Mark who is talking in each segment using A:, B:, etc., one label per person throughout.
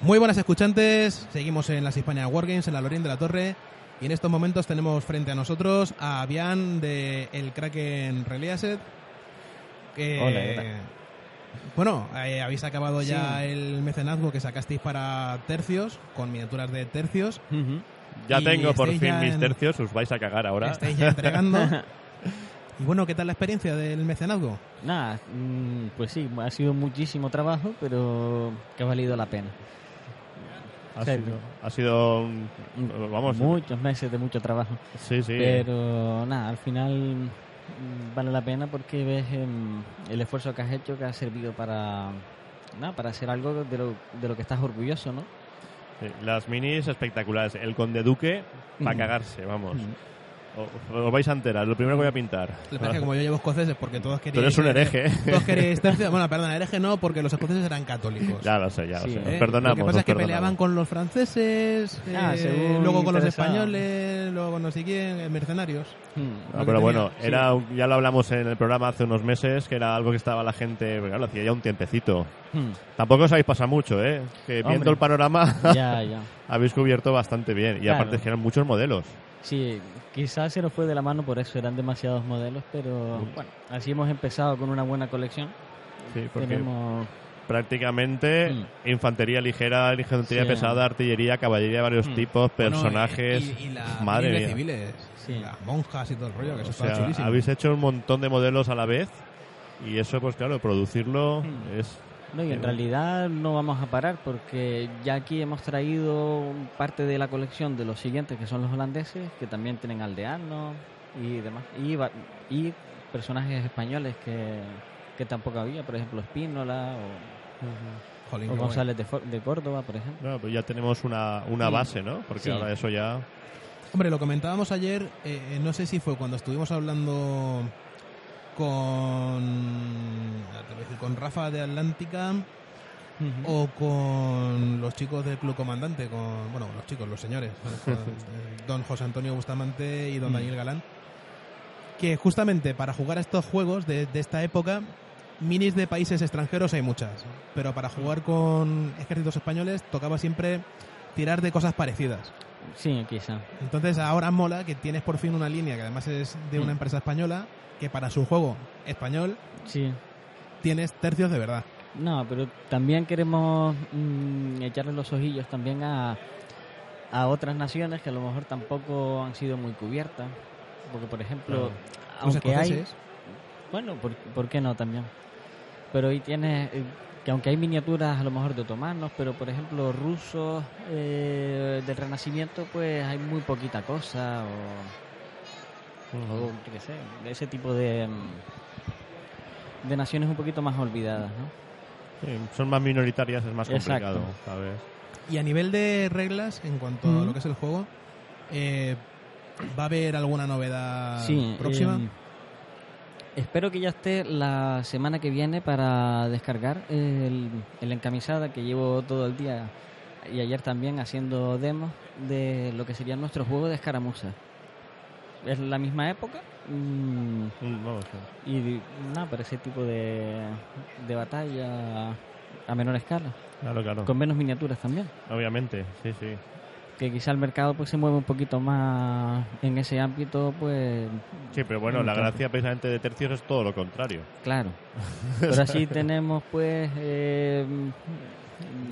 A: Muy buenas escuchantes, seguimos en las Hispania Wargames, en la Lorín de la Torre, y en estos momentos tenemos frente a nosotros a Bian de El Kraken Reliaset. que-
B: Hola, ¿qué tal?
A: Bueno, eh, habéis acabado ya el mecenazgo que sacasteis para tercios, con miniaturas de tercios.
C: Ya
A: Y
C: tengo por
A: estáis
C: fin
A: ya
C: mis
A: en-
C: tercios, os vais a cagar ahora.
A: Estáis ya entregando. y bueno, ¿qué tal la experiencia del mecenazgo?
B: Nada, mm, pues sí, ha sido muchísimo trabajo, pero que ha valido la pena.
C: Ha
B: Sí.
C: sido, ha sido un- vamos,
B: Muchos meses de mucho trabajo.
C: sí, sí.
B: Pero nada, al final mm, vale la pena porque ves em, el esfuerzo que has hecho que ha servido para nada, para hacer algo de lo, de lo que estás orgulloso, ¿no?
C: Sí, Las minis espectaculares. El Conde Duque para
A: Mm.
C: cagarse, vamos. O- Os vais a enterar, lo primero que voy a pintar.
A: Lo que pasa es que como yo llevo escoceses, porque todos queréis...
C: Ah. Tú eres un hereje, ¿eh?
A: Todos queréis tercios. Bueno, perdona, hereje no, porque los escoceses eran católicos.
C: Ya lo sé, ya lo
B: Sí,
C: sé.
B: ¿eh?
C: Os perdonamos.
A: Lo que pasa
C: os
A: es que
C: perdonamos.
A: peleaban con los franceses,
B: Ah,
A: eh,
B: según
A: luego con los
B: interesaba.
A: españoles, luego con no sé quién, eh, mercenarios.
B: Mm.
C: Ah,
A: lo que
C: pero
A: tenía,
C: bueno,
A: sí.
C: era un- ya lo hablamos en el programa hace unos meses, que era algo que estaba la gente, claro, hacía ya un tiempecito.
B: Mm.
C: Tampoco os habéis pasado mucho, ¿eh? Que
B: Hombre.
C: viendo el panorama
B: Ya, ya.
C: habéis cubierto bastante bien. Y
B: Claro.
C: aparte es que eran muchos modelos.
B: Sí, quizás se nos fue de la mano por eso, eran demasiados modelos, pero bueno, así hemos empezado con una buena colección.
C: Sí, porque
B: Tenemos
C: prácticamente
B: Mm.
C: infantería ligera, infantería
B: Sí.
C: pesada, artillería, caballería de varios
B: Mm.
C: tipos,
A: Bueno,
C: personajes.
A: y, y las
C: madre
A: miles
C: mía.
A: civiles,
B: Sí.
A: las monjas y todo el rollo, que eso
C: O
A: estaba
C: sea,
A: chulísimo.
C: habéis hecho un montón de modelos a la vez y eso, pues claro, producirlo
B: Mm.
C: es...
B: No, y en realidad no vamos a parar porque ya aquí hemos traído parte de la colección de los siguientes, que son los holandeses, que también tienen aldeanos y demás. Y, va- y personajes españoles que, que tampoco había, por ejemplo, Espínola o,
A: Jolín,
B: o
A: qué
B: González de, Fo- de Córdoba, por ejemplo.
C: No, pues ya tenemos una, una
B: Mm.
C: base, ¿no? Porque
B: Sí.
C: ahora eso ya...
A: guay. Hombre, lo comentábamos ayer, eh, eh, no sé si fue cuando estuvimos hablando con, te voy a decir, con Rafa de Atlántica
B: O-
A: o con los chicos del Club Comandante, con, bueno, los chicos, los señores, con, eh, don José Antonio Bustamante y don
B: Mm.
A: Daniel Galán, que justamente para jugar a estos juegos de, de esta época, minis de países extranjeros hay muchas, pero para jugar con ejércitos españoles tocaba siempre tirar de cosas parecidas.
B: Sí, quizá.
A: Entonces ahora mola que tienes por fin una línea que además es de una
B: Mm.
A: empresa española, que para su juego español
B: Sí.
A: tienes tercios de verdad.
B: No, pero también queremos mm, echarle los ojillos también a, a otras naciones que a lo mejor tampoco han sido muy cubiertas. Porque, por ejemplo,
A: Los
B: aunque hay...
A: escoceses,
B: Bueno, ¿por, por qué no también? Pero ahí tienes... eh, que aunque hay miniaturas a lo mejor de otomanos, pero por ejemplo rusos eh, del Renacimiento, pues hay muy poquita cosa o, o yo qué sé, de ese tipo de, mm, de naciones un poquito más olvidadas, ¿no?
C: Sí, son más minoritarias, es más
B: Exacto.
C: complicado, ¿sabes?
A: Y a nivel de reglas, en cuanto a
B: Mm.
A: lo que es el juego, eh, ¿va a haber alguna novedad próxima?
B: em, espero que ya esté la semana que viene para descargar el, el encamisada que llevo todo el día y ayer también haciendo demos de lo que sería nuestro juego de escaramuza. Es la misma época mm,
C: Mm, vamos, sí.
B: y di- nada, para ese tipo de, de batalla a menor escala,
C: Claro, claro.
B: con menos miniaturas también.
C: Obviamente, sí, sí.
B: Que quizá el mercado pues se mueve un poquito más en ese ámbito, pues
C: Sí, pero bueno, la
B: Entonces-
C: gracia precisamente de tercios es todo lo contrario.
B: Claro. Pero así tenemos, pues, eh,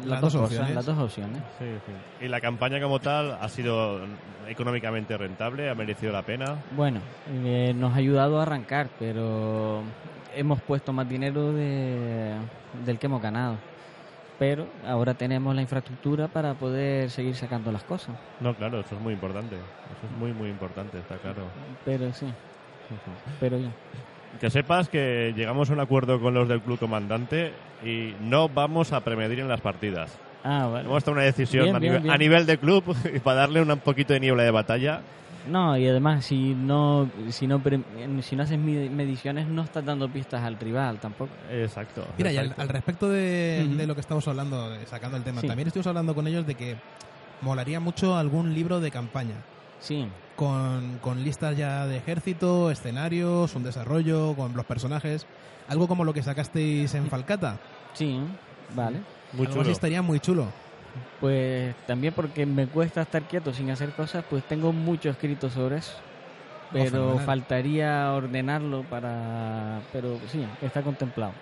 B: las,
A: Las
B: dos
A: dos
B: cosas,
A: opciones.
B: las dos opciones.
C: Y la campaña como tal ha sido económicamente rentable, ha merecido la pena.
B: Bueno, eh, nos ha ayudado a arrancar, pero hemos puesto más dinero de, del que hemos ganado. Pero ahora tenemos la infraestructura para poder seguir sacando las cosas.
C: No, claro, eso es muy importante. Eso es muy, muy importante, está claro.
B: Pero sí, pero ya.
C: Que sepas que llegamos a un acuerdo con los del club comandante y no vamos a premedir en las partidas.
B: Ah, vale.
C: Hemos tomado una decisión
B: Bien,
C: a,
B: bien,
C: nivel,
B: bien.
C: a nivel de club y para darle un poquito de niebla de batalla.
B: No, y además, si no, si no, pre- si no haces mi- mediciones, no estás dando pistas al rival tampoco.
C: Exacto.
A: Mira, y al,
C: exacto.
A: al respecto de,
B: Ujú.
A: de lo que estamos hablando, eh, sacando el tema,
B: Sí.
A: también estuvimos hablando con ellos de que molaría mucho algún libro de campaña.
B: Sí,
A: Con, con listas ya de ejército, escenarios, un desarrollo, con los personajes. Algo como lo que sacasteis en Falcata.
B: sí, ¿eh? vale.
C: Muy
A: algo
C: chulo.
A: así estaría muy chulo.
B: pues también porque me cuesta estar quieto sin hacer cosas, pues tengo mucho escrito sobre eso. Pero
A: fenomenal.
B: faltaría ordenarlo para... Pero sí, está contemplado.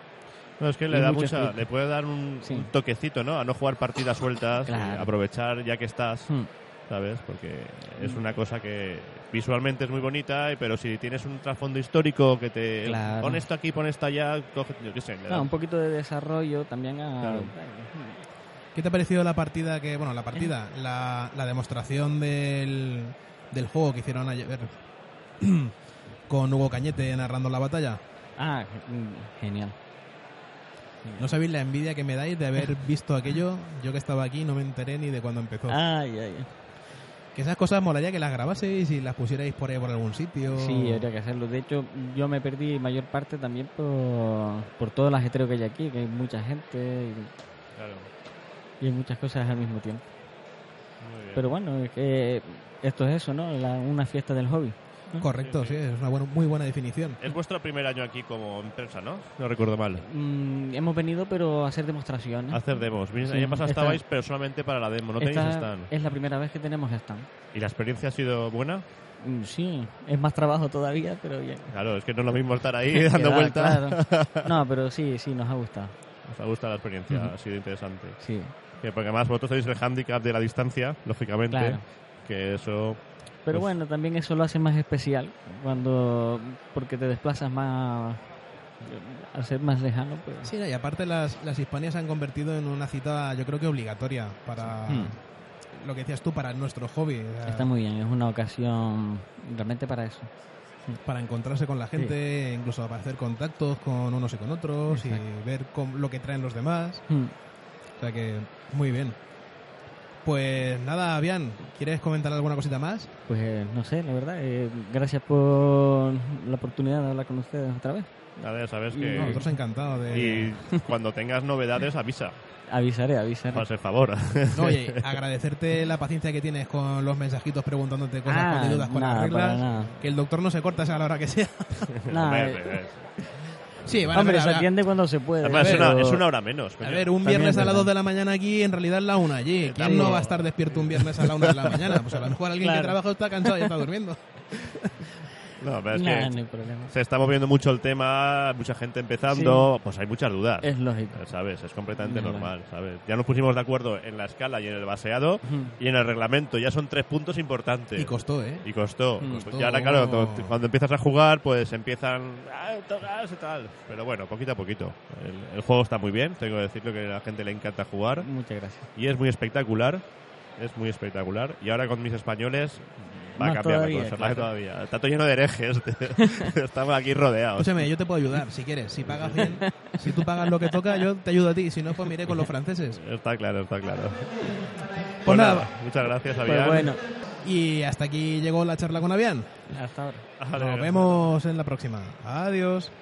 C: No, es que le
B: Y
C: da
B: mucho
C: mucha,
B: espíritu.
C: le puede dar un,
B: Sí.
C: un toquecito, ¿no? A no jugar partidas sueltas,
B: Claro.
C: y aprovechar ya que estás,
B: Hmm.
C: ¿sabes? Porque es una cosa que visualmente es muy bonita, y- pero si tienes un trasfondo histórico que te
B: Claro.
C: pon esto aquí, pon esto allá, coge, yo qué sé, le da
B: Claro, Ah, un poquito de desarrollo también ah, a...
C: Claro.
A: ¿Qué te ha parecido la partida que, bueno, la partida, la, la demostración del, del juego que hicieron ayer con Hugo Cañete narrando la batalla?
B: Ah, mm, genial.
A: No sabéis la envidia que me dais de haber visto aquello. Yo que estaba aquí no me enteré ni de cuándo empezó.
B: Ay, ay, ay.
A: Que esas cosas molaría que las grabaseis y las pusierais por ahí por algún sitio.
B: Sí, habría que hacerlo. De hecho, yo me perdí mayor parte también por, por todo el ajetreo que hay aquí, que hay mucha gente
C: Claro.
B: y, y hay muchas cosas al mismo tiempo.
C: Muy bien.
B: Pero bueno, es que esto es eso, ¿no? La- una fiesta del hobby.
A: Correcto, sí, Mm. es una buena- muy buena definición.
C: Es vuestro primer año aquí como empresa, ¿no? No recuerdo mal.
B: Mm, hemos venido, pero a hacer demostraciones.
C: Hacer demos. El
B: Sí, eh.
C: año pasado
B: esta-
C: estabais, pero solamente para la demo. No tenéis
B: Esta
C: stand.
B: Es la primera vez que tenemos stand.
C: ¿Y la experiencia ha sido buena?
B: Mm, sí, es más trabajo todavía, pero bien.
C: Claro, es que no es lo mismo estar ahí dando
B: Queda
C: vueltas.
B: claro. No, pero sí, sí, nos ha gustado.
C: Os ha gustado la experiencia,
B: Ujú.
C: ha sido interesante.
B: Sí,
C: Que porque además vosotros tenéis el hándicap de la distancia, lógicamente.
B: claro.
C: Que eso.
B: Pero
C: Pues-
B: bueno, también eso lo hace más especial cuando porque te desplazas más al ser más lejano, pues.
A: Sí, y aparte las, las hispanías se han convertido en una cita, yo creo que obligatoria para
B: Sí.
A: lo que decías tú, para nuestro hobby, o sea,
B: Está muy bien, es una ocasión realmente para eso.
A: para encontrarse con la gente, incluso para hacer contactos con unos y con otros
B: Exacto.
A: y ver cómo- lo que traen los demás.
B: Mm.
A: O sea que, muy bien. Pues nada, Bian, ¿quieres comentar alguna cosita más?
B: Pues eh, no sé, la verdad, eh, gracias por la oportunidad de hablar con ustedes otra vez.
C: Nada, ya sabes
B: Eh,
A: No,
C: que.
A: nosotros encantados de...
C: Y cuando tengas novedades, avisa.
B: Avisaré, avisaré.
C: Para ser favor.
A: No, oye, agradecerte la paciencia que tienes con los mensajitos preguntándote cosas
B: Ah,
A: con dudas con
B: nada,
A: las
B: para
A: reglas.
B: nada.
A: Que el doctor no se corta sea a la hora que sea.
B: Nada,
C: Hombre,
B: eh,
C: es-
A: Sí, vale,
B: Hombre,
A: vale,
B: se
A: vale.
B: atiende cuando se puede.
C: además, es,
B: pero-
C: una, es una hora menos.
A: A
C: coño.
A: ver, un
B: También
A: viernes a las
B: es verdad.
A: 2 de la mañana aquí, en realidad la 1 allí. ¿Quién no va a estar despierto un viernes a la 1 de la mañana? Pues a lo mejor alguien que
B: Claro.
A: trabaja está cansado y está durmiendo.
C: No, pero es que
B: Nada, no hay problema.
C: se está moviendo mucho el tema, mucha gente empezando. Pues hay muchas dudas.
A: Eh.
B: Es lógico.
C: ¿Sabes? Es completamente
B: Mira.
C: normal, ¿sabes? Ya nos pusimos de acuerdo en la escala y en el baseado
B: Ujú.
C: y en el reglamento. Ya son tres puntos importantes.
A: Y costó, ¿eh?
C: Y costó.
B: Mm.
C: Y ahora,
A: Costó.
C: claro, cuando, cuando empiezas a jugar, pues empiezan... "Ah, esto, ah, eso, tal". Pero bueno, poquito a poquito. El, el juego está muy bien, tengo que decirlo que a la gente le encanta jugar.
B: Muchas gracias.
C: Y es muy espectacular. Es muy espectacular. Y ahora con mis españoles... Va a
B: Más
C: cambiar
B: todavía,
C: la cosa,
B: claro.
C: más todavía. Está todo lleno de herejes. Estamos aquí rodeados.
A: Escúchame, yo te puedo ayudar si quieres. Si pagas bien, si tú pagas lo que toca, yo te ayudo a ti. Si no, pues miré con los franceses.
C: Está claro, está claro.
A: Pues
C: Pues
A: nada.
C: nada, muchas gracias,
B: Pues
C: Fabián.
B: bueno,
A: Y hasta aquí llegó la charla con Avian.
B: hasta ahora.
C: Vale,
A: Nos vemos en la próxima. Adiós.